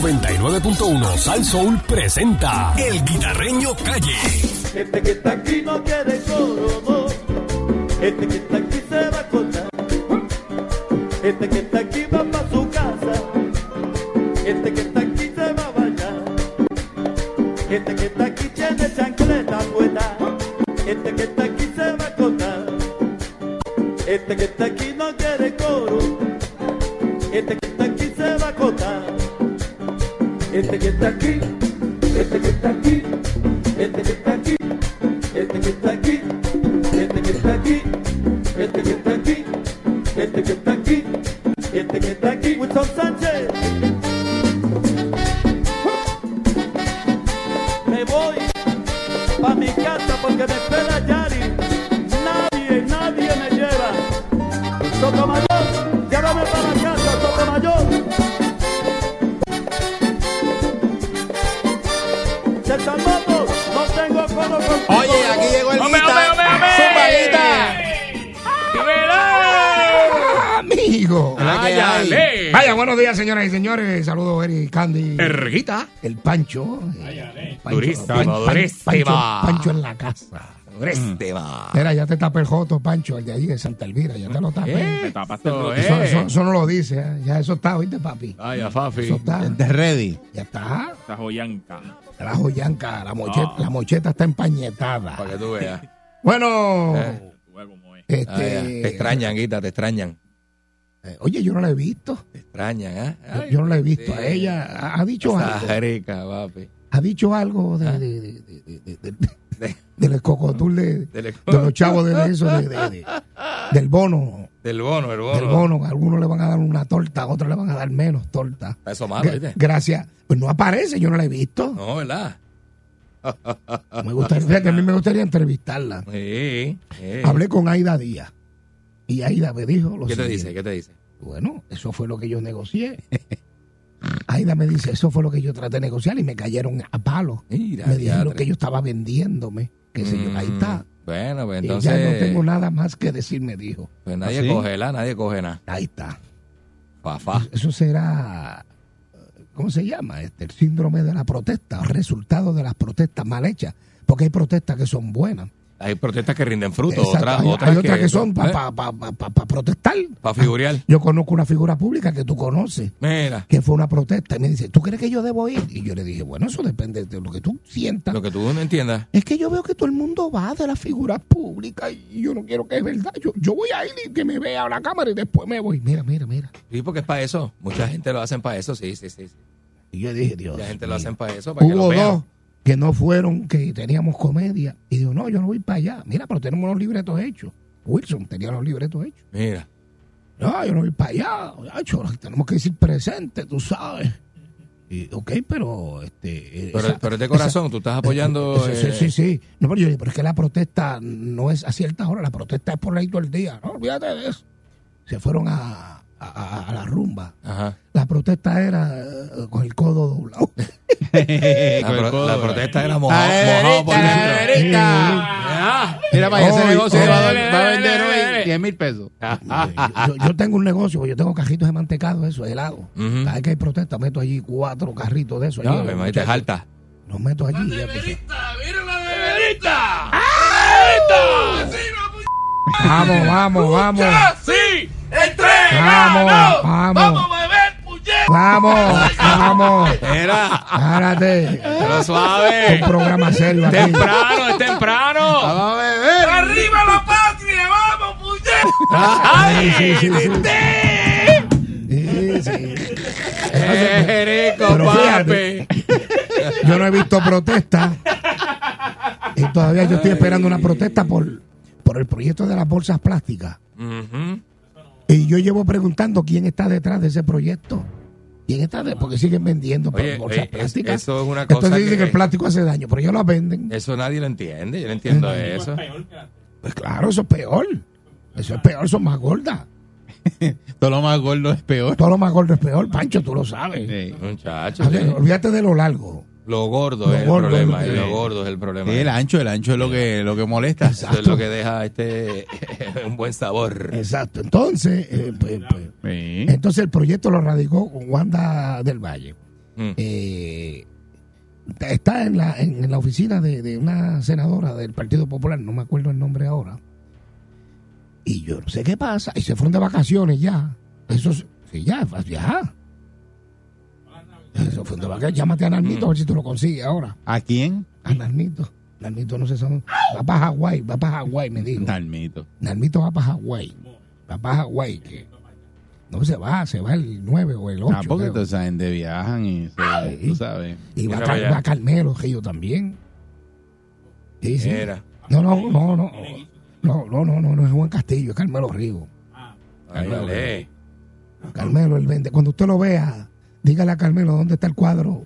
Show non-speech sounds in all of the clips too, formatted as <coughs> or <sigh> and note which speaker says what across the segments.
Speaker 1: 99.1 Sal Soul presenta El Guitarreño Calle.
Speaker 2: Este que está aquí no quiere coro, este que está aquí se va a cortar, este que está aquí va para su casa, este que está aquí se va a bañar, este que está aquí tiene chancleta puesta, este que está aquí se va a cortar, este que está aquí no quiere coro, este que está aquí se va a cortar, este que está aquí, este que está aquí, este que está aquí, este que está aquí, este que está aquí, este que está aquí, este que está aquí, este que está aquí, Wilson Sánchez. Me voy pa' mi casa porque me espera Yari. Nadie, nadie me lleva. Sotomayor, llévame para la casa, Sotomayor. Se salvamos, no tengo acuerdo con
Speaker 3: Oye, aquí llegó el
Speaker 4: ¡Hombre,
Speaker 3: guita.
Speaker 4: hombre, hombre, hombre!
Speaker 3: Zumba, guita.
Speaker 4: ¡Verdad!
Speaker 5: Amigo.
Speaker 3: ¿Verdad que hay?
Speaker 4: ¡Áyale!
Speaker 5: Vaya, buenos días, señoras y señores. Saludos, Eric Candy.
Speaker 3: Er.
Speaker 4: Erguita.
Speaker 5: El Pancho.
Speaker 3: eh.
Speaker 5: Pancho
Speaker 4: Durísimo,
Speaker 5: Pancho,
Speaker 4: durísimo.
Speaker 5: Pancho en la casa.
Speaker 3: Este va.
Speaker 5: Mira, ya te tapé el joto, Pancho, el de ahí de Santa Elvira. Ya te lo tapé.
Speaker 3: Eh,
Speaker 4: Te tapaste el
Speaker 5: Eso, eso-
Speaker 4: rote.
Speaker 5: eso no lo dice. ¿eh? Ya eso está, ¿viste, papi?
Speaker 4: Vaya,
Speaker 5: Eso
Speaker 4: Fafi.
Speaker 5: está.
Speaker 3: Gente ready.
Speaker 5: Ya está.
Speaker 4: Esta joyanca.
Speaker 5: La joyanca, la mocheta, la mocheta está
Speaker 3: Para
Speaker 5: empañetada.
Speaker 3: que tú veas.
Speaker 5: Bueno,
Speaker 3: Eh,
Speaker 4: Luego, cómo es.
Speaker 5: este,
Speaker 3: Ah, ya. Te extrañan, guita, te extrañan.
Speaker 5: eh, Oye, yo no la he visto.
Speaker 3: Te extrañan, ¿eh?
Speaker 5: Yo,
Speaker 3: Ay,
Speaker 5: yo no la he visto.
Speaker 3: sí.
Speaker 5: A ella ha, ha dicho algo.
Speaker 3: Está rica, papi.
Speaker 5: ha dicho algo
Speaker 3: Ah.
Speaker 5: de, de, de, de- de- de- de- del escocotul de, de los chavos de eso, de- de- de- del bono,
Speaker 3: Del bono, el
Speaker 5: del
Speaker 3: bono.
Speaker 5: bono. Algunos le van a dar una torta, a otros le van a dar menos torta.
Speaker 3: Está eso malo,
Speaker 5: Gra-
Speaker 3: Ah, ¿viste?
Speaker 5: Gracias. Pues no aparece, yo no la he visto.
Speaker 3: No, ¿verdad? Ah.
Speaker 5: Me gustaría, fíjate, a mí me gustaría entrevistarla.
Speaker 3: Sí. sí.
Speaker 5: Hablé con Aida Díaz y Aida me dijo lo
Speaker 3: ¿Qué te
Speaker 5: siguiente.
Speaker 3: dice? ¿Qué te dice?
Speaker 5: Bueno, eso fue lo que yo negocié. Aida me dice, eso fue lo que yo traté de negociar y me cayeron a palos.
Speaker 3: Mira,
Speaker 5: me dijeron
Speaker 3: diatre.
Speaker 5: que yo estaba vendiéndome, qué sé yo. Ahí está.
Speaker 3: Mm, Bueno, pues
Speaker 5: Y
Speaker 3: entonces.
Speaker 5: Eh, ya no tengo nada más que decir, me dijo.
Speaker 3: Pues nadie
Speaker 6: ¿Ah, sí?
Speaker 3: coge la, nadie coge nada.
Speaker 5: Ahí está.
Speaker 3: Fafá.
Speaker 5: Eso será, eh, ¿cómo se llama? Este, el síndrome de la protesta, resultado de las protestas mal hechas. Porque hay protestas que son buenas.
Speaker 3: Hay protestas que rinden fruto,
Speaker 5: Exacto.
Speaker 3: otras
Speaker 5: hay hay
Speaker 3: otras
Speaker 5: otras que, son para
Speaker 3: ¿eh?
Speaker 5: protestar.
Speaker 3: Pa'
Speaker 5: <laughs>
Speaker 3: figurear.
Speaker 5: Yo conozco una figura pública que tú conoces,
Speaker 3: Mira,
Speaker 5: que fue una protesta, y me dice, ¿tú crees que yo debo ir? Y yo le dije, bueno, eso depende de lo que tú sientas.
Speaker 3: lo que tú no entiendas.
Speaker 5: Es que yo veo que todo el mundo va de las figuras públicas y yo no quiero que es verdad. Yo, yo voy a ir y que me vea la cámara y después me voy. Mira, mira, mira.
Speaker 3: Sí, porque es para eso. Mucha gente lo hacen para eso, sí, sí, sí. sí.
Speaker 5: Y yo dije, Dios.
Speaker 3: Mucha gente lo
Speaker 5: mío.
Speaker 3: hacen para eso, para que lo
Speaker 5: Hubo
Speaker 3: vean.
Speaker 5: dos que no fueron, que teníamos comedia. Y digo, no, yo no voy para allá. Mira, pero tenemos los libretos hechos. Wilson tenía los libretos hechos.
Speaker 3: Mira,
Speaker 5: No, yo no voy para allá. muchacho, tenemos que decir presente, tú sabes. Y, ok, pero este. eh,
Speaker 3: pero,
Speaker 5: esa-
Speaker 3: pero es de
Speaker 5: esa-
Speaker 3: corazón, tú estás apoyando.
Speaker 5: Sí,
Speaker 3: eh,
Speaker 5: sí, sí, sí. No, pero yo digo, pero es que la protesta no es a ciertas horas, la protesta es por ahí todo el día. No, olvídate de eso. Se fueron a, a- a- a la rumba.
Speaker 3: Ajá.
Speaker 5: La protesta era eh, con el codo doblado. <laughs>
Speaker 3: La, pro- la protesta era mojado,
Speaker 6: Ahorita,
Speaker 3: mojado por dentro.
Speaker 6: ahorita. Mira, para ese
Speaker 5: Hoy,
Speaker 6: negocio
Speaker 5: hoy.
Speaker 6: va a va a vender hoy 10 mil pesos.
Speaker 5: yo, yo- yo tengo un negocio, yo tengo cajitos de mantecado, eso, de helado.
Speaker 3: Ujú.
Speaker 5: Cada vez que hay protesta, meto allí cuatro carritos de eso.
Speaker 3: No,
Speaker 5: allí,
Speaker 3: me
Speaker 5: muchachos.
Speaker 3: imagino, jalta.
Speaker 5: Los meto allí. ya tú sabes. Vamos, vamos, vamos.
Speaker 4: ¡Sí! ¡Entrega!
Speaker 5: Vamos, vamos,
Speaker 4: a beber, puñet!
Speaker 5: vamos, vamos.
Speaker 3: Era,
Speaker 5: Párate.
Speaker 3: pero
Speaker 5: Un <laughs>
Speaker 3: suave.
Speaker 5: programa serio aquí.
Speaker 3: temprano, es temprano.
Speaker 6: Vamos a beber.
Speaker 4: ¡Arriba la patria! ¡Vamos,
Speaker 5: Sí,
Speaker 4: puñet!
Speaker 5: sí, sí, sí. Sí, sí.
Speaker 3: ¡Qué rico,
Speaker 5: Pero
Speaker 3: papi!
Speaker 5: fíjate. Yo no he visto protesta. Y todavía yo estoy esperando una protesta por, por el proyecto de las bolsas plásticas.
Speaker 3: Ujú.
Speaker 5: Y yo llevo preguntando quién está detrás de ese proyecto. ¿Quién está detrás? Porque siguen vendiendo
Speaker 3: Oye,
Speaker 5: bolsas
Speaker 3: oye, es-
Speaker 5: plásticas.
Speaker 3: eso es una cosa
Speaker 5: Entonces dicen que
Speaker 3: que- Eh,
Speaker 5: el plástico hace daño, pero ellos las venden.
Speaker 3: Eso nadie lo entiende, yo no entiendo eso.
Speaker 5: Pues claro, eso es peor. Eso es peor, son más gordas.
Speaker 6: Todo lo más gordo es peor.
Speaker 5: Todo lo más gordo es peor, Pancho, tú lo sabes.
Speaker 6: Sí.
Speaker 3: Muchacho,
Speaker 5: A ver,
Speaker 3: sí.
Speaker 5: olvídate de
Speaker 3: <laughs>
Speaker 5: lo largo.
Speaker 3: lo gordo
Speaker 5: Lo
Speaker 3: es el
Speaker 5: gordo es
Speaker 3: problema,
Speaker 5: lo que-
Speaker 3: lo gordo es el problema.
Speaker 6: El ancho, el ancho es lo que, lo que molesta.
Speaker 3: Eso es lo que deja este <laughs> un buen sabor.
Speaker 5: Exacto. Entonces, eh, pues, pues,
Speaker 6: Sí.
Speaker 5: entonces el proyecto lo radicó con Wanda del Valle.
Speaker 3: Mm.
Speaker 5: eh, está en la, en, en la oficina de, de una senadora del Partido Popular, no me acuerdo el nombre ahora. Y yo no sé qué pasa. Y se fueron de vacaciones ya. Eso es- sí, ya, ya. Eso fue de vacaciones. Llámate a Narmito a ver si tú lo consigues ahora.
Speaker 6: ¿A quién?
Speaker 5: A Narmito. Narmito no sé dónde. Va para Hawái, va para Hawái, me dijo.
Speaker 6: Nalmito.
Speaker 5: Narmito va para Hawái. Va para Hawái. Que... No se va, se va el 9 o el 8.
Speaker 6: Ah, porque
Speaker 5: creo.
Speaker 6: toda esa gente viajan y se, tú sabes.
Speaker 5: Y va,
Speaker 3: Mira
Speaker 5: Car-
Speaker 3: vaya.
Speaker 5: va Carmelo, que yo también. Sí, sí.
Speaker 3: Mira.
Speaker 5: No, no, no, no. No, no, no, no, no es Juan Castillo, es Carmelo Rigo.
Speaker 3: Ay, dale.
Speaker 5: Carmelo, el vende. Cuando usted lo vea, dígale a Carmelo dónde está el cuadro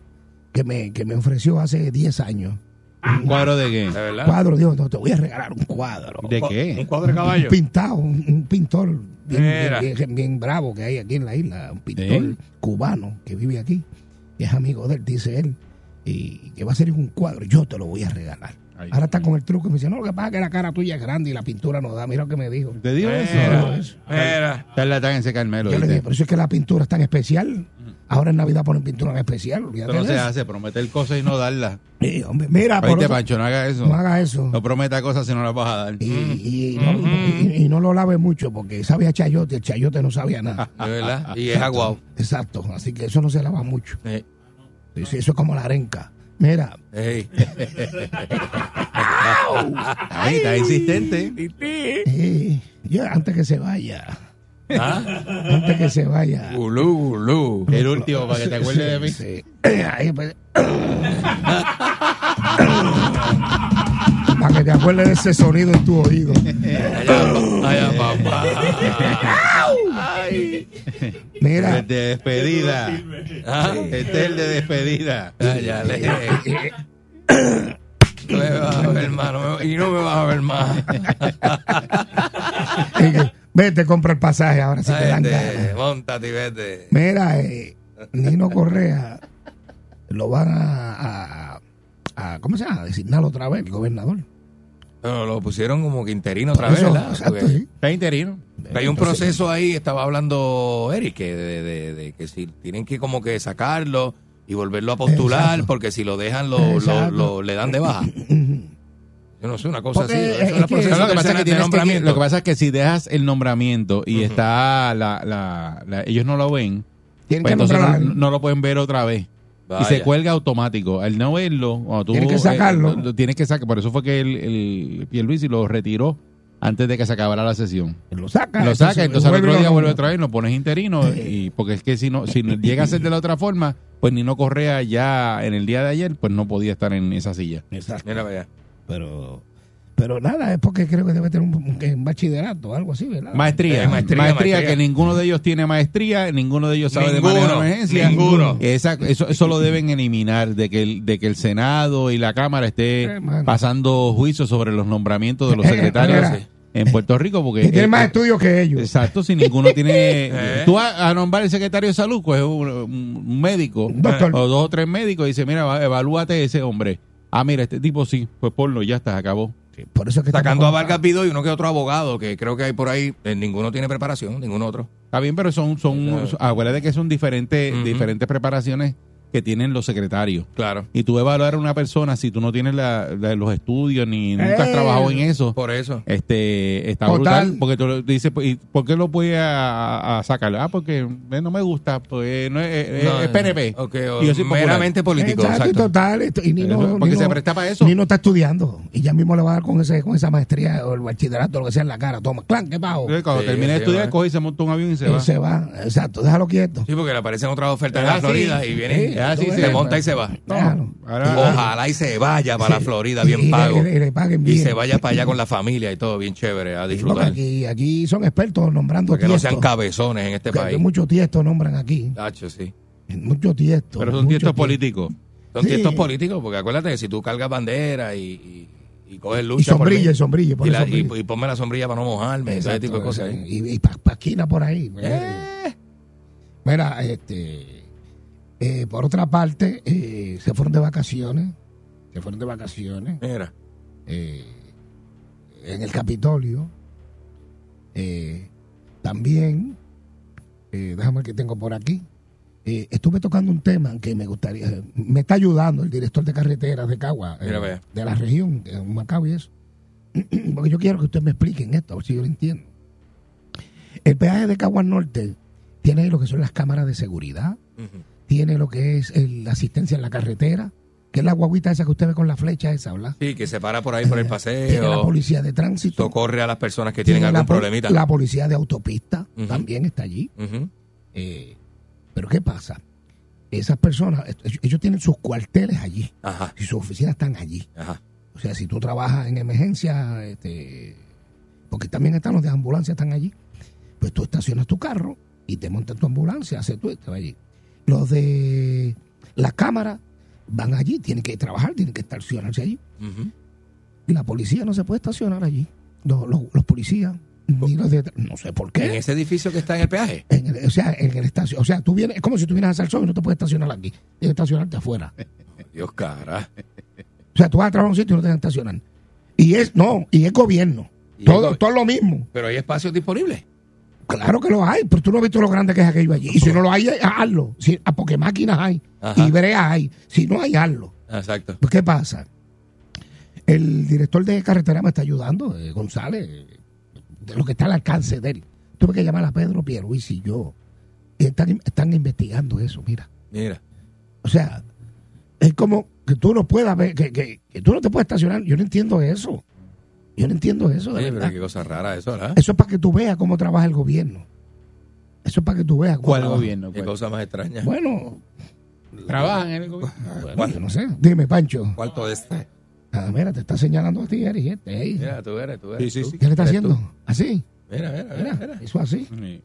Speaker 5: que me, que me ofreció hace 10 años.
Speaker 6: ¿Un cuadro de qué?
Speaker 3: ¿De verdad?
Speaker 5: Cuadro, Dios, no, te voy a regalar un cuadro.
Speaker 6: ¿De qué?
Speaker 7: cuadro de
Speaker 3: <laughs>
Speaker 5: Un pintado, un, un pintor bien,
Speaker 3: Mira.
Speaker 5: bien- bien- bien bravo que hay aquí en la isla, un pintor
Speaker 6: ¿Sí?
Speaker 5: cubano que vive aquí, es amigo de él, dice él, y que va a ser un cuadro, yo te lo voy a regalar.
Speaker 6: Ay,
Speaker 5: Ahora está con el truco y me dice, no, lo que pasa es que la cara tuya es grande y la pintura no da, mira lo que me dijo.
Speaker 6: ¿Te digo
Speaker 3: Mira,
Speaker 6: eso?
Speaker 3: mira.
Speaker 6: Charlatán ese Carmelo.
Speaker 5: Yo le
Speaker 6: ¿viste?
Speaker 5: dije, pero eso es que la pintura es tan especial,
Speaker 6: Mm.
Speaker 5: ahora en Navidad ponen pintura en especial,
Speaker 6: Eso
Speaker 5: olvídate
Speaker 6: no
Speaker 5: de
Speaker 6: se
Speaker 5: eso.
Speaker 6: hace, prometer cosas y no darlas.
Speaker 5: Sí, hombre, mira, Ah, por
Speaker 6: Viste,
Speaker 5: otro-
Speaker 6: Pancho, no hagas eso.
Speaker 5: no haga eso.
Speaker 6: No Mm, prometa cosas si no las vas a dar.
Speaker 5: Y, y- y no, y- y no lo lave mucho porque sabe a chayote, el chayote no sabía
Speaker 6: <laughs>
Speaker 5: nada.
Speaker 3: ¿De verdad? Y es aguado.
Speaker 5: Exacto, así que eso no se lava mucho.
Speaker 3: Eh,
Speaker 5: Sí, sí, eso es como la arenca. Mira,
Speaker 3: ey.
Speaker 6: Ahí está insistente.
Speaker 5: eh, ya, antes que se vaya,
Speaker 3: ¿Ah?
Speaker 5: <laughs> antes que se vaya.
Speaker 3: Gulú, gulú. <laughs>
Speaker 6: El último, para que te acuerdes de mí.
Speaker 5: Sí. <coughs> Ahí, pues. Para que te acuerdes de ese sonido en tu oído.
Speaker 3: Allá, papá.
Speaker 5: Mira,
Speaker 6: El de despedida.
Speaker 3: Ah,
Speaker 6: Este es el de despedida.
Speaker 3: Allá, le.
Speaker 5: eh,
Speaker 3: No me vas a ver más. no me- Y no me vas a ver más.
Speaker 5: eh, vete, compra el pasaje ahora si te dan ganas.
Speaker 3: Vete, montate y vete.
Speaker 5: Mira, eh, Nino Correa lo van a, a- a- ¿Cómo se llama? A designar otra vez el gobernador.
Speaker 3: Pero lo pusieron como que interino otra
Speaker 5: Eso,
Speaker 3: vez, ¿verdad?
Speaker 5: exacto,
Speaker 3: Porque-
Speaker 5: sí.
Speaker 6: Está interino.
Speaker 3: Pero hay un proceso ahí, estaba hablando Eric, que de, de- de que si tienen que como que sacarlo y volverlo a postular,
Speaker 5: Exacto.
Speaker 3: porque si lo dejan, lo, lo,
Speaker 5: Exacto.
Speaker 3: lo- le dan de
Speaker 6: <clears throat>
Speaker 3: baja. Yo no sé, una cosa
Speaker 5: Porque
Speaker 3: así.
Speaker 5: es-
Speaker 3: Eso
Speaker 5: es
Speaker 3: era
Speaker 5: que-
Speaker 3: proceso
Speaker 6: No, lo, que
Speaker 3: de
Speaker 6: pasa es
Speaker 3: sena-
Speaker 6: que
Speaker 3: de
Speaker 6: tienes que-
Speaker 3: nombramiento.
Speaker 6: lo que pasa es que si dejas el nombramiento y
Speaker 3: Ujú.
Speaker 6: está la, la- la- ellos no lo ven,
Speaker 5: Tienen
Speaker 6: pues
Speaker 5: que
Speaker 6: entonces no,
Speaker 5: nombrar-
Speaker 6: no lo pueden ver otra vez. Y
Speaker 3: Vaya.
Speaker 6: se cuelga automático. Al no verlo, cuando tú, eh,
Speaker 5: Tienes que sacarlo.
Speaker 6: lo- lo tienes que sacar. Por eso fue que el, el Pierluisi lo retiró antes de que se acabara la sesión.
Speaker 5: Lo saca.
Speaker 6: lo saca, entonces al otro
Speaker 5: lo
Speaker 6: día vuelve
Speaker 5: nombra.
Speaker 6: otra vez, lo pones interino, y porque es que si no, si no llega a ser de la otra forma, pues Nino Correa ya en el día de ayer, pues no podía estar en esa silla.
Speaker 5: Exacto.
Speaker 3: Mira, vaya.
Speaker 5: Pero, pero nada, es porque creo que debe tener un, un- un bachillerato o algo así, ¿verdad?
Speaker 6: Maestría,
Speaker 3: Eh, maestría,
Speaker 6: maestría,
Speaker 3: maestría.
Speaker 6: que ninguno de ellos tiene maestría, ninguno de ellos sabe
Speaker 3: Ninguno,
Speaker 6: de manejar emergencia.
Speaker 3: ninguno.
Speaker 6: Esa- eso, eso lo deben eliminar, de que, el, de que el Senado y la Cámara esté
Speaker 5: Eh, mano.
Speaker 6: pasando juicios sobre los nombramientos de los
Speaker 5: Eh,
Speaker 6: secretarios
Speaker 5: mira.
Speaker 6: en Puerto Rico. Porque,
Speaker 5: que tiene
Speaker 6: eh,
Speaker 5: más
Speaker 6: eh,
Speaker 5: estudios que ellos.
Speaker 6: Exacto, si ninguno
Speaker 5: <laughs>
Speaker 6: tiene...
Speaker 3: Eh.
Speaker 6: Tú a, a nombrar el secretario de salud, pues un, un médico,
Speaker 5: Un doctor.
Speaker 6: o dos o tres médicos, y dice, mira, va- evalúate ese hombre. Ah, mira, este tipo sí, pues ponlo, ya está, acabó.
Speaker 5: Sí, Por eso es que
Speaker 3: Sacando
Speaker 5: estamos-
Speaker 3: a Vargas Vidó y uno que otro abogado, que creo que hay por ahí, eh, ninguno tiene preparación, ningún otro.
Speaker 6: Está bien, pero son, son
Speaker 3: Claro.
Speaker 6: acuérdate que son diferentes,
Speaker 3: Ujú.
Speaker 6: diferentes preparaciones que tienen los secretarios.
Speaker 3: Claro.
Speaker 6: Y tú evaluar a una persona si tú no tienes la- la- los estudios ni nunca has
Speaker 5: Eh.
Speaker 6: trabajado en eso,
Speaker 3: Por eso.
Speaker 6: este, está
Speaker 5: Total.
Speaker 6: brutal. Porque tú lo- dices, pues, ¿y ¿por qué lo voy a, a sacar? Ah, porque eh, no me gusta, pues no es, es-
Speaker 3: No,
Speaker 6: es PNP.
Speaker 3: ok, o
Speaker 6: y yo soy popular.
Speaker 3: meramente político.
Speaker 5: Exacto, y
Speaker 3: exacto.
Speaker 5: total. esto- y Nino-
Speaker 6: Eso, porque
Speaker 5: Nino-
Speaker 6: se presta para eso.
Speaker 5: Nino está estudiando. Y ya mismo le va a dar con, ese, con esa maestría o el bachillerato, lo que sea en la cara. Toma, clan, que bajo.
Speaker 6: Entonces, cuando
Speaker 3: Sí,
Speaker 6: termina de
Speaker 3: sí,
Speaker 6: estudiar,
Speaker 3: va.
Speaker 6: coge y se monta un avión y se
Speaker 5: Y
Speaker 6: va.
Speaker 5: se va. Exacto, déjalo quieto.
Speaker 3: Sí, porque le aparecen otras ofertas en
Speaker 6: Es
Speaker 3: la
Speaker 6: así.
Speaker 3: Florida y viene,
Speaker 5: Ah, Sí, así
Speaker 3: se
Speaker 5: se-
Speaker 3: monta y se va.
Speaker 5: Déjalo.
Speaker 6: Ahora-
Speaker 3: Ojalá y se vaya para la Florida bien
Speaker 5: Y- y le-
Speaker 3: pago.
Speaker 5: y le- y le paguen
Speaker 3: Y
Speaker 5: bien.
Speaker 3: se vaya para allá con la familia y todo bien chévere a
Speaker 5: Porque
Speaker 3: disfrutar.
Speaker 5: aquí, aquí son expertos nombrando
Speaker 3: Para que no sean
Speaker 5: tiestos.
Speaker 3: cabezones en este
Speaker 5: Que- que
Speaker 3: país.
Speaker 5: Muchos tiestos nombran aquí.
Speaker 3: Tacho, sí.
Speaker 5: Muchos tiestos.
Speaker 6: pero son
Speaker 5: muchos
Speaker 6: tiestos políticos.
Speaker 3: Son
Speaker 5: Sí.
Speaker 3: tiestos políticos, porque acuérdate que si tú cargas bandera y, y, y coges lucha.
Speaker 5: Y sombrilla,
Speaker 3: por mí,
Speaker 5: y sombrilla, pon
Speaker 3: y,
Speaker 5: la
Speaker 3: la- y-
Speaker 5: sombrilla.
Speaker 3: y ponme la sombrilla para no mojarme, ese tipo de
Speaker 5: Exacto,
Speaker 3: cosas.
Speaker 5: exacto.
Speaker 3: ¿eh?
Speaker 5: Y, y pa, pa' esquina por ahí. Mira, este, eh, por otra parte, eh, se fueron de vacaciones. Se fueron de vacaciones
Speaker 3: Mira,
Speaker 5: eh, en el Capitolio. Eh, también, eh, déjame ver que tengo por aquí. eh, estuve tocando un tema que me gustaría, eh, me está ayudando el director de carreteras de Cagua, eh,
Speaker 3: Mira, vea.
Speaker 5: de la región, de Macao y eso. <clears throat> Porque yo quiero que ustedes me expliquen esto, a ver si yo lo entiendo. El peaje de Caguas Norte tiene lo que son las cámaras de seguridad, tiene lo que es el- la asistencia en la carretera, que es la guaguita esa que usted ve con la flecha esa, ¿verdad?
Speaker 3: Sí, que se para por ahí por el
Speaker 5: Eh, Tiene la
Speaker 3: paseo,
Speaker 5: policía de tránsito.
Speaker 3: socorre a las personas que tienen
Speaker 5: tiene la
Speaker 3: algún
Speaker 5: pol-
Speaker 3: problemita.
Speaker 5: La policía de autopista
Speaker 3: Ujú.
Speaker 5: también está allí.
Speaker 3: Ujú.
Speaker 5: Eh, pero ¿qué pasa? Esas personas, est- ellos- ellos tienen sus cuarteles allí
Speaker 3: Ajá,
Speaker 5: y sus oficinas están allí.
Speaker 3: ajá.
Speaker 5: O sea, si tú trabajas en emergencia, este, porque también están los de ambulancia, están allí, pues tú estacionas tu carro y te montas tu ambulancia, haces tú, te vas allí. Los de la cámara van allí, tienen que trabajar, tienen que estacionarse allí.
Speaker 3: Ujú.
Speaker 5: La policía no se puede estacionar allí. Los, los- los policías, ni los de... No sé por qué.
Speaker 3: En ese edificio que está en el peaje.
Speaker 5: En el- o sea, en el estacio. O sea, tú vienes, es como si tú vienes a Salsón y no te puedes estacionar aquí. Tienes que estacionarte afuera.
Speaker 3: Dios cara.
Speaker 5: O sea, tú vas a trabajar a un sitio y no te dejan estacionar. Y es, no, y es gobierno.
Speaker 3: Y
Speaker 5: todo,
Speaker 3: es go-
Speaker 5: todo es lo mismo.
Speaker 3: Pero hay espacios disponibles.
Speaker 5: Claro que lo hay, pero tú no has visto lo grande que es aquello allí. Y si no lo hay, eh, hazlo. Si, ah, porque máquinas hay,
Speaker 3: Ajá.
Speaker 5: y breas hay. Si no hay, hazlo.
Speaker 3: Exacto.
Speaker 5: Pues, ¿qué pasa? El director de carretera me está ayudando, eh, González, eh, de lo que está al alcance de él. Tuve que llamar a Pedro Pierluisi y yo. Y están, están investigando eso, mira.
Speaker 3: Mira.
Speaker 5: O sea, es como que tú no puedas ver, que, que- que tú no te puedes estacionar. Yo no entiendo eso. Yo no entiendo eso. de
Speaker 3: Oye, pero
Speaker 5: verdad.
Speaker 3: qué cosa rara eso, ¿verdad?
Speaker 5: Eso es para que tú veas cómo trabaja el gobierno. Eso es para que tú veas cómo
Speaker 6: ¿Cuál
Speaker 5: trabaja.
Speaker 6: gobierno?
Speaker 3: Qué cosa más extraña.
Speaker 5: Bueno,
Speaker 6: ¿Trabajan en el gobierno?
Speaker 5: bueno, yo no sé. Dime, Pancho.
Speaker 3: Cuarto de este.
Speaker 5: Ah, mira, te está señalando a ti, Eric. este, ey.
Speaker 3: Mira, tú eres, tú eres.
Speaker 6: Sí, sí,
Speaker 3: tú.
Speaker 6: sí.
Speaker 5: ¿Qué le está
Speaker 3: Eres tú.
Speaker 5: haciendo? ¿Así?
Speaker 3: Mira, mira, mira.
Speaker 5: Mira, eso así.
Speaker 6: Sí.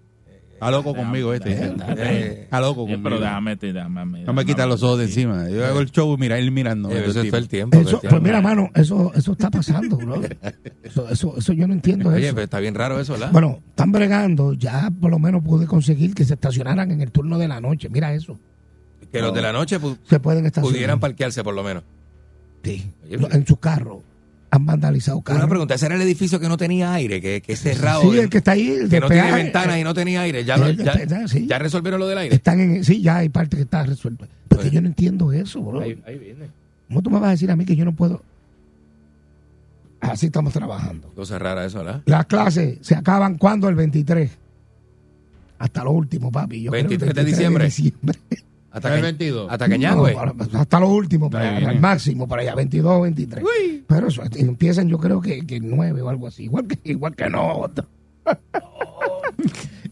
Speaker 6: Está loco conmigo este.
Speaker 3: Eh,
Speaker 6: Está loco
Speaker 4: Eh,
Speaker 6: conmigo.
Speaker 4: pero déjame, te- déjame,
Speaker 6: No me quita los ojos de encima. Yo hago el show y mira, él mirando.
Speaker 3: eh, Eso es todo el tiempo. todo
Speaker 5: Eso,
Speaker 3: el tiempo.
Speaker 5: pues mira, mano, eso, eso está pasando, bro.
Speaker 3: <laughs>
Speaker 5: Eso, eso, eso yo no entiendo
Speaker 3: Oye,
Speaker 5: eso.
Speaker 3: pero está bien raro eso, ¿verdad?
Speaker 5: Bueno, están bregando, ya por lo menos pude conseguir que se estacionaran en el turno de la noche. Mira eso.
Speaker 3: que los de la noche pu-
Speaker 5: Se pueden estacionar.
Speaker 3: pudieran parquearse por lo menos.
Speaker 5: Sí.
Speaker 3: Oye,
Speaker 5: Lo- en sus carros. Han vandalizado
Speaker 3: Una
Speaker 5: carros.
Speaker 3: pregunta, ese era el edificio que no tenía aire, que, que es cerrado,
Speaker 5: Sí,
Speaker 3: que-
Speaker 5: el que está ahí, el
Speaker 3: que
Speaker 5: de
Speaker 3: no tiene
Speaker 5: peaje,
Speaker 3: ventanas
Speaker 5: eh,
Speaker 3: y no tenía aire. Ya, lo-
Speaker 5: el de
Speaker 3: ya,
Speaker 5: peaje, sí.
Speaker 3: ya resolvieron lo del aire.
Speaker 5: Están en, sí, ya hay parte que está resuelta. Porque
Speaker 3: Oye.
Speaker 5: yo no entiendo eso, bro.
Speaker 3: viene.
Speaker 5: ¿Cómo tú me vas a decir a mí que yo no puedo? Así estamos trabajando.
Speaker 3: Cosa rara eso, ¿verdad?
Speaker 5: Las clases se acaban cuando el 23. Hasta lo último, papi. Yo creo que el
Speaker 3: 23 de diciembre.
Speaker 5: diciembre.
Speaker 3: Hasta que,
Speaker 6: 22.
Speaker 3: hasta que
Speaker 5: No,
Speaker 3: Ñangüe.
Speaker 5: para- hasta lo último, para,
Speaker 6: Ahí viene.
Speaker 5: al máximo, para allá, 22, 23. Pero eso, este, empiezan yo creo que, que 9 o algo así, igual que, igual que nosotros.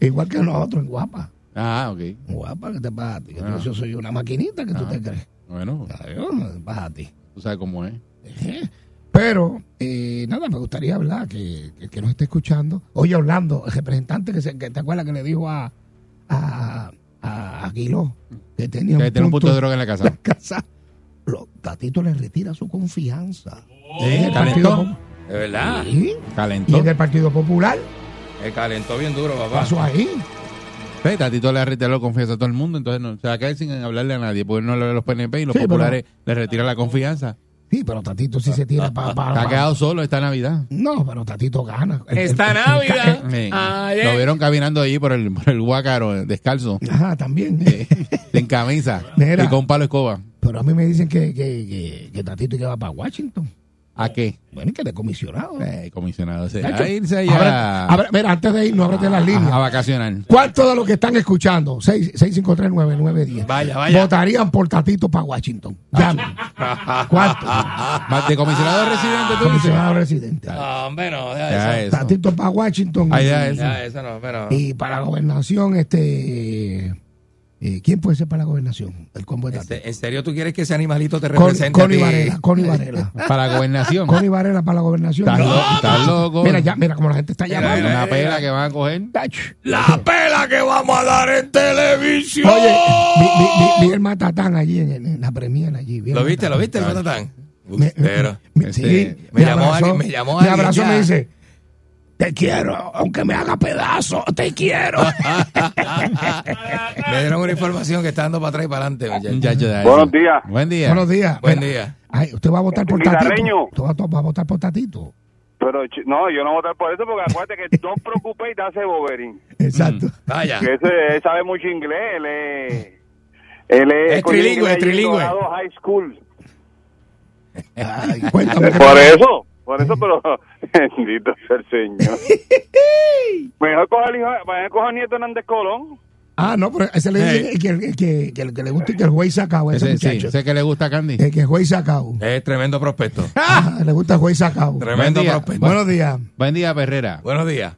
Speaker 5: igual que nosotros en Guapa.
Speaker 6: Ah, ok.
Speaker 5: En Guapa, ¿qué te pasa a ti? Yo,
Speaker 6: Ah.
Speaker 5: yo soy una maquinita que tú
Speaker 6: Ah.
Speaker 5: te crees.
Speaker 6: Bueno,
Speaker 5: Adiós, ¿qué pasa a ti?
Speaker 6: tú sabes cómo es.
Speaker 5: Ejé. Pero, eh, nada, me gustaría hablar, que, que, que nos esté escuchando. Oye, Orlando, el representante que, se, que te acuerdas que le dijo a, a, a Aguiló que tenía
Speaker 6: Que tiene un punto de droga en la casa.
Speaker 5: casa, los Tatito le retira su confianza.
Speaker 6: Sí,
Speaker 5: En el Partido
Speaker 6: calentó.
Speaker 3: De verdad.
Speaker 5: Popular. Sí, Y
Speaker 6: Calentó.
Speaker 5: en el Partido Popular
Speaker 3: Me calentó bien duro, papá.
Speaker 5: pasó ahí.
Speaker 6: Sí, Tatito le retira la confianza a todo el mundo, entonces no, se va a caer sin hablarle a nadie, porque no le ve a los PNP y los
Speaker 5: Sí, pero-
Speaker 6: populares le retiran la confianza.
Speaker 5: Sí, pero Tatito sí se tira para...
Speaker 6: Se ha quedado solo esta Navidad.
Speaker 5: No, pero Tatito gana. El- el-
Speaker 3: Esta
Speaker 5: el-
Speaker 3: Navidad.
Speaker 6: Sí.
Speaker 3: Ay,
Speaker 6: Lo
Speaker 3: eh.
Speaker 6: vieron caminando allí por el, por el Huácaro, eh,
Speaker 5: <laughs>
Speaker 6: descalzo,
Speaker 5: Ajá, también.
Speaker 6: en camisa
Speaker 5: Mira.
Speaker 6: y con palo escoba.
Speaker 5: Pero a mí me dicen que, que, que, que Tatito ya va para Washington.
Speaker 6: ¿A qué?
Speaker 5: Bueno, y que de comisionado.
Speaker 6: Eh, comisionado. o sea,
Speaker 5: Nacho,
Speaker 6: a irse allá
Speaker 5: abre- abre- mira, antes de irnos, ábrete las
Speaker 6: a, a
Speaker 5: líneas.
Speaker 6: vacacionar.
Speaker 5: ¿Cuántos de los que están escuchando? 6- 6539910.
Speaker 3: Vaya, vaya.
Speaker 5: Votarían por Tatito para Washington. Llamen. ¿Cuántos?
Speaker 6: Más de comisionado residente tú dices.
Speaker 5: Comisionado residente.
Speaker 3: No, Ah, hombre, no. deja
Speaker 6: Ya
Speaker 3: eso.
Speaker 6: eso.
Speaker 5: Tatito para Washington.
Speaker 6: Ah, ya eso.
Speaker 3: Ya, eso no, hombre, no.
Speaker 5: Y para gobernación, este. eh, ¿Quién puede ser para la gobernación? El combo de Tatito.
Speaker 3: Este, ¿En serio tú quieres que ese animalito te
Speaker 5: Con-
Speaker 3: represente? a
Speaker 5: Connie
Speaker 3: ti?
Speaker 5: Varela. Connie
Speaker 6: <laughs>
Speaker 5: Varela.
Speaker 6: Para la gobernación.
Speaker 5: Connie Varela para la gobernación.
Speaker 6: Estás lo- estás loco.
Speaker 5: Mira, ya, mira cómo la gente está llamando.
Speaker 6: Una pela que van a coger.
Speaker 5: Tacho.
Speaker 3: La pela que vamos a dar en televisión.
Speaker 5: Oye, vi, vi- vi- vi el matatán allí en, en la premier allí. vi el
Speaker 3: ¿Lo viste,
Speaker 5: matatán.
Speaker 3: lo viste, el patatán?
Speaker 5: Me, me-
Speaker 3: Pero.
Speaker 5: me-
Speaker 6: Este,
Speaker 5: sí,
Speaker 3: me llamó alguien- me llamó
Speaker 5: me
Speaker 3: alguien
Speaker 5: abrazó y
Speaker 3: ya.
Speaker 5: me dice, te quiero, aunque me haga pedazo,
Speaker 3: <laughs>
Speaker 5: te quiero. <laughs>
Speaker 3: Me dieron una información que está dando para atrás y para adelante. muchacho.
Speaker 6: Muchacho, ya eso.
Speaker 7: Buenos días.
Speaker 6: Buen día.
Speaker 5: Buenos días.
Speaker 3: Buen
Speaker 5: Mira,
Speaker 3: día.
Speaker 5: ay, usted va a votar por Tatito.
Speaker 7: Guitarreño.
Speaker 5: Usted va a, to- va a votar por Tatito.
Speaker 7: Pero ch- no, yo no voy a votar por eso porque acuérdate que no os preocupéis de hace Boberín.
Speaker 5: Exacto.
Speaker 3: Vaya.
Speaker 7: Que ese él sabe mucho inglés, él es Él es,
Speaker 3: Es trilingüe,
Speaker 7: colegio
Speaker 3: es trilingüe.
Speaker 7: de Dorado High School.
Speaker 3: Mm.
Speaker 5: <laughs> Ay, cuéntame.
Speaker 7: Por eso, por eso, pero <laughs> bendito sea el
Speaker 3: <laughs>
Speaker 7: Señor. Mejor coja al hijo, mejor coja a Nieto Hernández Colón.
Speaker 5: Ah, no, pero ese le dice que, que, que, que el que le gusta y que el juez sacao, ese,
Speaker 6: Ese, sí,
Speaker 5: muchacho.
Speaker 6: sé que le gusta a Candy.
Speaker 5: El que el
Speaker 3: <laughs>
Speaker 5: juez sacao.
Speaker 3: Es tremendo prospecto.
Speaker 5: Ah, le gusta el juez sacao.
Speaker 3: Tremendo
Speaker 6: Buen día.
Speaker 3: prospecto.
Speaker 5: Buenos días.
Speaker 6: Buen día, Perrera.
Speaker 3: Buenos días.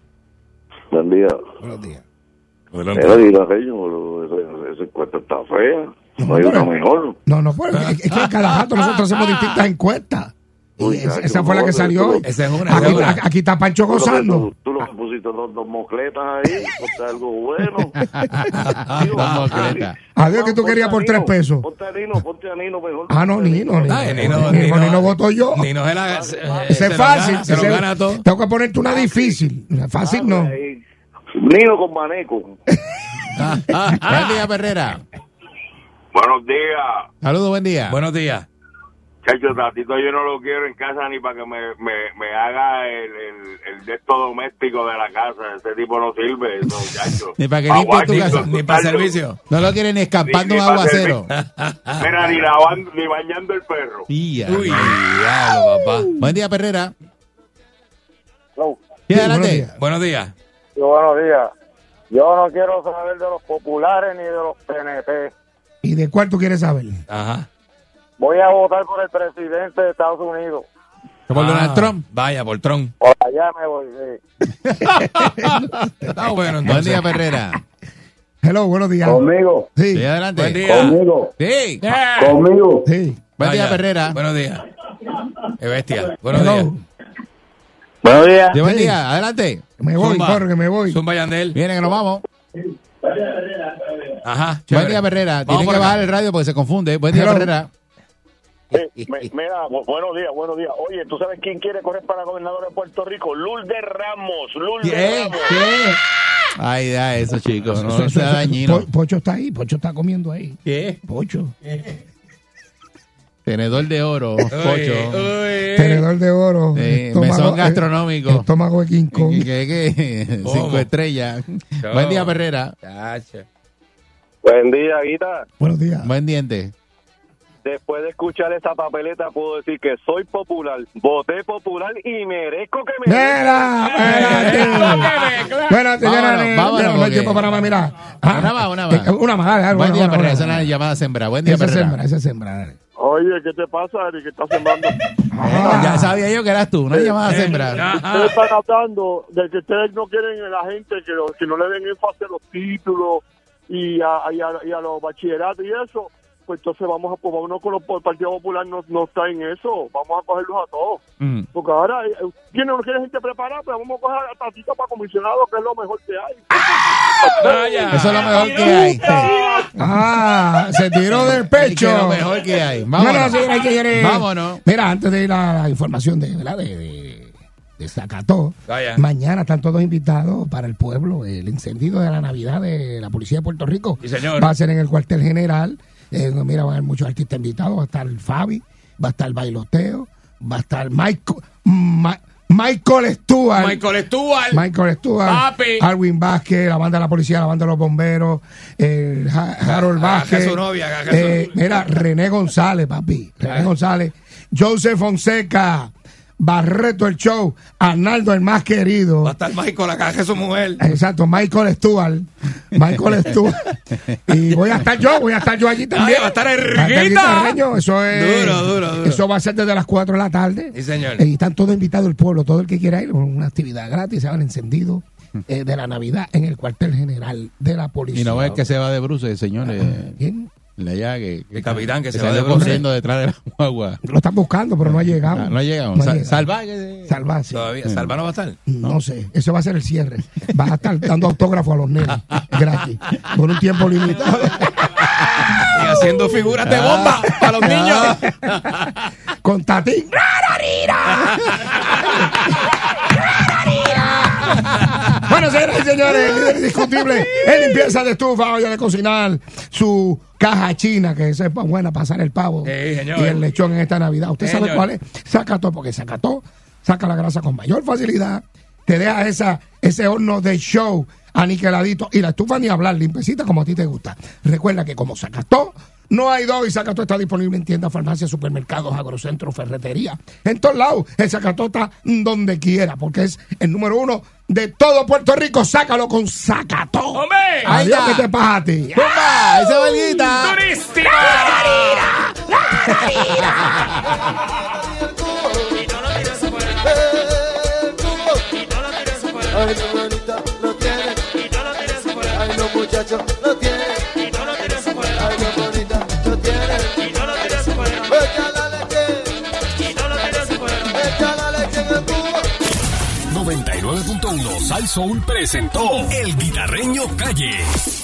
Speaker 8: Buen día.
Speaker 5: Buenos días. <laughs>
Speaker 8: Era de Guitarreño, esa, esa encuesta está fea. No hay una mejor.
Speaker 5: No, no, pues, es que cada rato nosotros hacemos distintas encuestas. Y
Speaker 8: Uy,
Speaker 5: esa,
Speaker 8: chacho,
Speaker 5: esa fue la que
Speaker 8: no,
Speaker 5: salió hoy.
Speaker 3: Esa es una. esa
Speaker 5: Aquí,
Speaker 3: es una.
Speaker 5: a- aquí está Pancho
Speaker 8: Tú lo que-
Speaker 5: gozando.
Speaker 8: Tú, tú
Speaker 6: Ah.
Speaker 8: lo que pusiste dos, dos mocletas ahí, ponte algo bueno. Digo,
Speaker 6: Dos
Speaker 3: Ah,
Speaker 6: mocletas.
Speaker 5: Adiós, que tú
Speaker 8: ponte
Speaker 5: querías por
Speaker 8: a
Speaker 5: tres
Speaker 8: Nino,
Speaker 5: pesos.
Speaker 8: Ponte a Nino, ponte a Nino mejor.
Speaker 5: Ah, no,
Speaker 8: Ponte a
Speaker 5: Nino, Nino.
Speaker 3: Ah, eh, Nino,
Speaker 5: Nino, Nino votó yo.
Speaker 3: Nino se la- se-
Speaker 5: Ese
Speaker 3: se
Speaker 5: es
Speaker 3: lo
Speaker 5: fácil.
Speaker 3: gana, Se lo
Speaker 5: ese-
Speaker 3: gana todo. Ah,
Speaker 5: Tengo que ponerte una difícil. Fácil no.
Speaker 8: Ahí. Nino con Maneco.
Speaker 3: Ah,
Speaker 6: Buen día, Perrera.
Speaker 7: Buenos días.
Speaker 6: Saludos, buen día.
Speaker 3: Buenos días.
Speaker 7: Chacho, Tatito yo no lo quiero en casa ni para que me, me, me haga el, el, el de esto doméstico de la casa. Ese tipo no sirve, eso, muchacho.
Speaker 6: <laughs> Ni para que
Speaker 7: Pa'
Speaker 6: limpie tu
Speaker 7: Washington,
Speaker 6: casa,
Speaker 3: Ni para
Speaker 7: total,
Speaker 3: servicio.
Speaker 6: No lo quieren ni
Speaker 7: Ni-
Speaker 6: escapando un
Speaker 7: ni para
Speaker 6: aguacero.
Speaker 7: Mira, ni, lavando, ni bañando el perro.
Speaker 6: Tía.
Speaker 3: <laughs> Uy, diablo, papá.
Speaker 6: Buen día, Perrera.
Speaker 7: Hello.
Speaker 6: Sí,
Speaker 5: Sí,
Speaker 6: adelante.
Speaker 5: buenos días.
Speaker 3: Buenos días.
Speaker 7: Sí, buenos días. Yo no quiero saber de los populares ni de los PNP.
Speaker 5: ¿Y de cuál tú quieres saber?
Speaker 3: Ajá.
Speaker 7: Voy a votar por el presidente de Estados Unidos.
Speaker 6: Por
Speaker 3: Ah,
Speaker 6: Donald Trump.
Speaker 3: Vaya, por Trump.
Speaker 7: <laughs> Por allá me voy. sí.
Speaker 3: Está bueno,
Speaker 6: Buen
Speaker 3: entonces.
Speaker 6: día, Perrera.
Speaker 5: Hello, buenos días.
Speaker 8: Conmigo,
Speaker 5: Sí,
Speaker 6: Sí, adelante.
Speaker 3: Buen día. Ah,
Speaker 8: conmigo,
Speaker 6: Sí.
Speaker 8: conmigo.
Speaker 5: sí.
Speaker 6: Buen día,
Speaker 3: Vaya.
Speaker 6: Perrera.
Speaker 3: Buenos días. Qué bestia. Buenos
Speaker 5: Hello.
Speaker 3: días.
Speaker 7: Buenos días.
Speaker 6: Sí, buen
Speaker 5: Sí.
Speaker 6: día, adelante.
Speaker 5: Me voy,
Speaker 3: Zumba.
Speaker 5: corre, que me voy.
Speaker 3: Zumba Yandel.
Speaker 6: Viene que nos vamos.
Speaker 3: Ajá.
Speaker 6: Buen
Speaker 3: chévere.
Speaker 6: día, Perrera.
Speaker 3: Vamos
Speaker 6: Tiene
Speaker 3: por
Speaker 6: que
Speaker 3: acá.
Speaker 6: bajar el radio porque se confunde. Buen día,
Speaker 5: Hello.
Speaker 6: Perrera.
Speaker 9: Sí, me- mira, bu- buenos días, buenos días. Oye, ¿tú sabes quién quiere correr para gobernador de Puerto Rico? Lourdes Ramos, Lourdes
Speaker 6: ¿Qué?
Speaker 9: Ramos.
Speaker 6: ¿Qué? Ay, da eso, chicos. No sea dañino.
Speaker 5: Po- Pocho está ahí, Pocho está comiendo ahí.
Speaker 3: ¿Qué?
Speaker 5: Pocho.
Speaker 6: Tenedor de oro, pocho.
Speaker 3: Oye,
Speaker 5: Tenedor de oro.
Speaker 6: Eh,
Speaker 5: estómago-
Speaker 6: mesón
Speaker 5: eh,
Speaker 6: gastronómico.
Speaker 5: Estómago de King Kong.
Speaker 6: ¿Qué, qué, qué?
Speaker 3: ¿Cómo?
Speaker 6: Cinco estrellas.
Speaker 3: No.
Speaker 6: Buen día, Perrera.
Speaker 3: Chacho.
Speaker 9: Buen día, Guita.
Speaker 5: Buenos días.
Speaker 6: Buen diente.
Speaker 9: Después de escuchar esa papeleta, puedo decir que soy popular, voté popular y merezco que
Speaker 5: Mira, espérate. Bueno, señora,
Speaker 6: Vámonos,
Speaker 5: eh,
Speaker 6: vámonos,
Speaker 5: ya no hay
Speaker 6: porque-
Speaker 5: tiempo para más, mira. Ah,
Speaker 6: Una más, una más.
Speaker 5: eh, Una más, dale, dale,
Speaker 6: Buen
Speaker 5: bueno,
Speaker 6: día,
Speaker 5: bueno,
Speaker 6: Perrera. Esa es
Speaker 5: bueno.
Speaker 6: la llamada sembra. Buen día,
Speaker 5: Esa es
Speaker 6: Perrera.
Speaker 5: sembra, esa es sembra, dale.
Speaker 9: Oye, ¿qué te pasa, Ari? ¿Qué estás <laughs> sembrando?
Speaker 6: Eh, Ya sabía yo que eras tú. Una llamada sembra.
Speaker 3: Ajá.
Speaker 9: están hablando de que ustedes no quieren a la gente, que, lo- que no le den énfasis a los títulos y a, y a- y a los bachilleratos y eso. Pues entonces vamos a, pues vámonos con los, el Partido Popular no, no está en eso. Vamos a cogerlos a todos.
Speaker 6: Mm.
Speaker 9: Porque ahora, eh, ¿quién no quiere gente preparada? Pero vamos a coger a Tatito para comisionado, que es lo mejor que hay.
Speaker 3: Vaya.
Speaker 6: Eso es lo mejor que hay.
Speaker 5: Ah, se tiró del
Speaker 6: Es que
Speaker 5: pecho.
Speaker 6: lo mejor que hay.
Speaker 5: No, no,
Speaker 6: Vámonos.
Speaker 5: señora, hay que ir.
Speaker 6: Vámonos.
Speaker 5: Mira, antes de ir a la información de, ¿verdad? de, de, de Zacató,
Speaker 3: Vaya.
Speaker 5: mañana están todos invitados para el pueblo. El encendido de la Navidad de la Policía de Puerto Rico
Speaker 3: Sí, señor.
Speaker 5: va a ser en el cuartel general. Eh, no, mira, van a haber muchos artistas invitados. Va a estar Fabi, va a estar Bailoteo, va a estar Michael, Ma- Michael Stewart.
Speaker 3: Michael Stewart.
Speaker 5: Michael Stewart,
Speaker 3: Papi.
Speaker 5: Alwin Vázquez, la banda de la policía, la banda de los bomberos, el Ja- Harold
Speaker 3: Agarra
Speaker 5: Vázquez.
Speaker 3: su novia, Eh. agarra
Speaker 5: eh,
Speaker 3: su-
Speaker 5: mira, René González, papi. René González, Joseph Fonseca, Barreto el Show, Arnaldo el más querido.
Speaker 3: Va a estar Michael acá, que es su mujer.
Speaker 5: Exacto, Michael Stewart. Michael Stewart. y voy a estar yo, voy a estar yo allí también.
Speaker 3: va a estar el
Speaker 5: Va a estar el
Speaker 3: Riguita.
Speaker 5: guitarreño, Eso es.
Speaker 3: Duro, duro, duro.
Speaker 5: Eso va a ser desde las 4 de la tarde.
Speaker 3: Sí, señor.
Speaker 5: Eh, y están todos invitados el pueblo, todo el que quiera ir, una actividad gratis, se van encendido eh, de la Navidad en el cuartel general de la policía.
Speaker 6: Y no ves que se va de bruces, señores.
Speaker 5: ¿Quién?
Speaker 6: La llaga que,
Speaker 3: El capitán que se va
Speaker 6: salió
Speaker 3: de bruces.
Speaker 6: corriendo detrás de la guagua.
Speaker 5: Lo están buscando, pero no ha llegado.
Speaker 6: Ah, no ha llegado.
Speaker 5: No ha
Speaker 6: Sa-
Speaker 5: llegado.
Speaker 6: salvaje.
Speaker 5: Salvarse.
Speaker 3: Todavía. Salva no va a estar.
Speaker 5: No sé, eso va a ser el cierre. Vas a estar dando autógrafo a los nenes gratis, por un tiempo limitado.
Speaker 3: <laughs> Y haciendo figuras de bomba para los niños.
Speaker 5: Con Tati. Bueno, señoras y señores, el líder indiscutible en limpieza de estufa, olla de cocinar, su caja china, que esa es pa- buena para pasar el pavo
Speaker 3: Sí, señor.
Speaker 5: y el lechón en esta Navidad. ¿Usted sabe
Speaker 3: Señor.
Speaker 5: cuál es? Saca todo, porque saca todo, saca la grasa con mayor facilidad, te deja esa, ese horno de show aniquiladito. Y la estufa ni hablar, limpiecita como a ti te gusta. Recuerda que como Zacató, no hay dos y Zacató está disponible en tiendas, farmacias, supermercados, agrocentros, ferretería. En todos lados, el Zacató está donde quiera, porque es el número uno de todo Puerto Rico. Sácalo con Zacató.
Speaker 3: ¡Hombre!
Speaker 5: Ahí
Speaker 10: Ahí
Speaker 5: que
Speaker 10: está.
Speaker 5: te pasa a ti.
Speaker 10: ¡Pumba! ¡Esa valguita!
Speaker 2: Ay, no, manita, no tiene. Ay, no, muchacho, no tiene. Ay, no, bonita, no tiene. Echa la leche, echa la leche en el cubo.
Speaker 1: 99.1 Sal Soul presentó El Guitarreño Calle.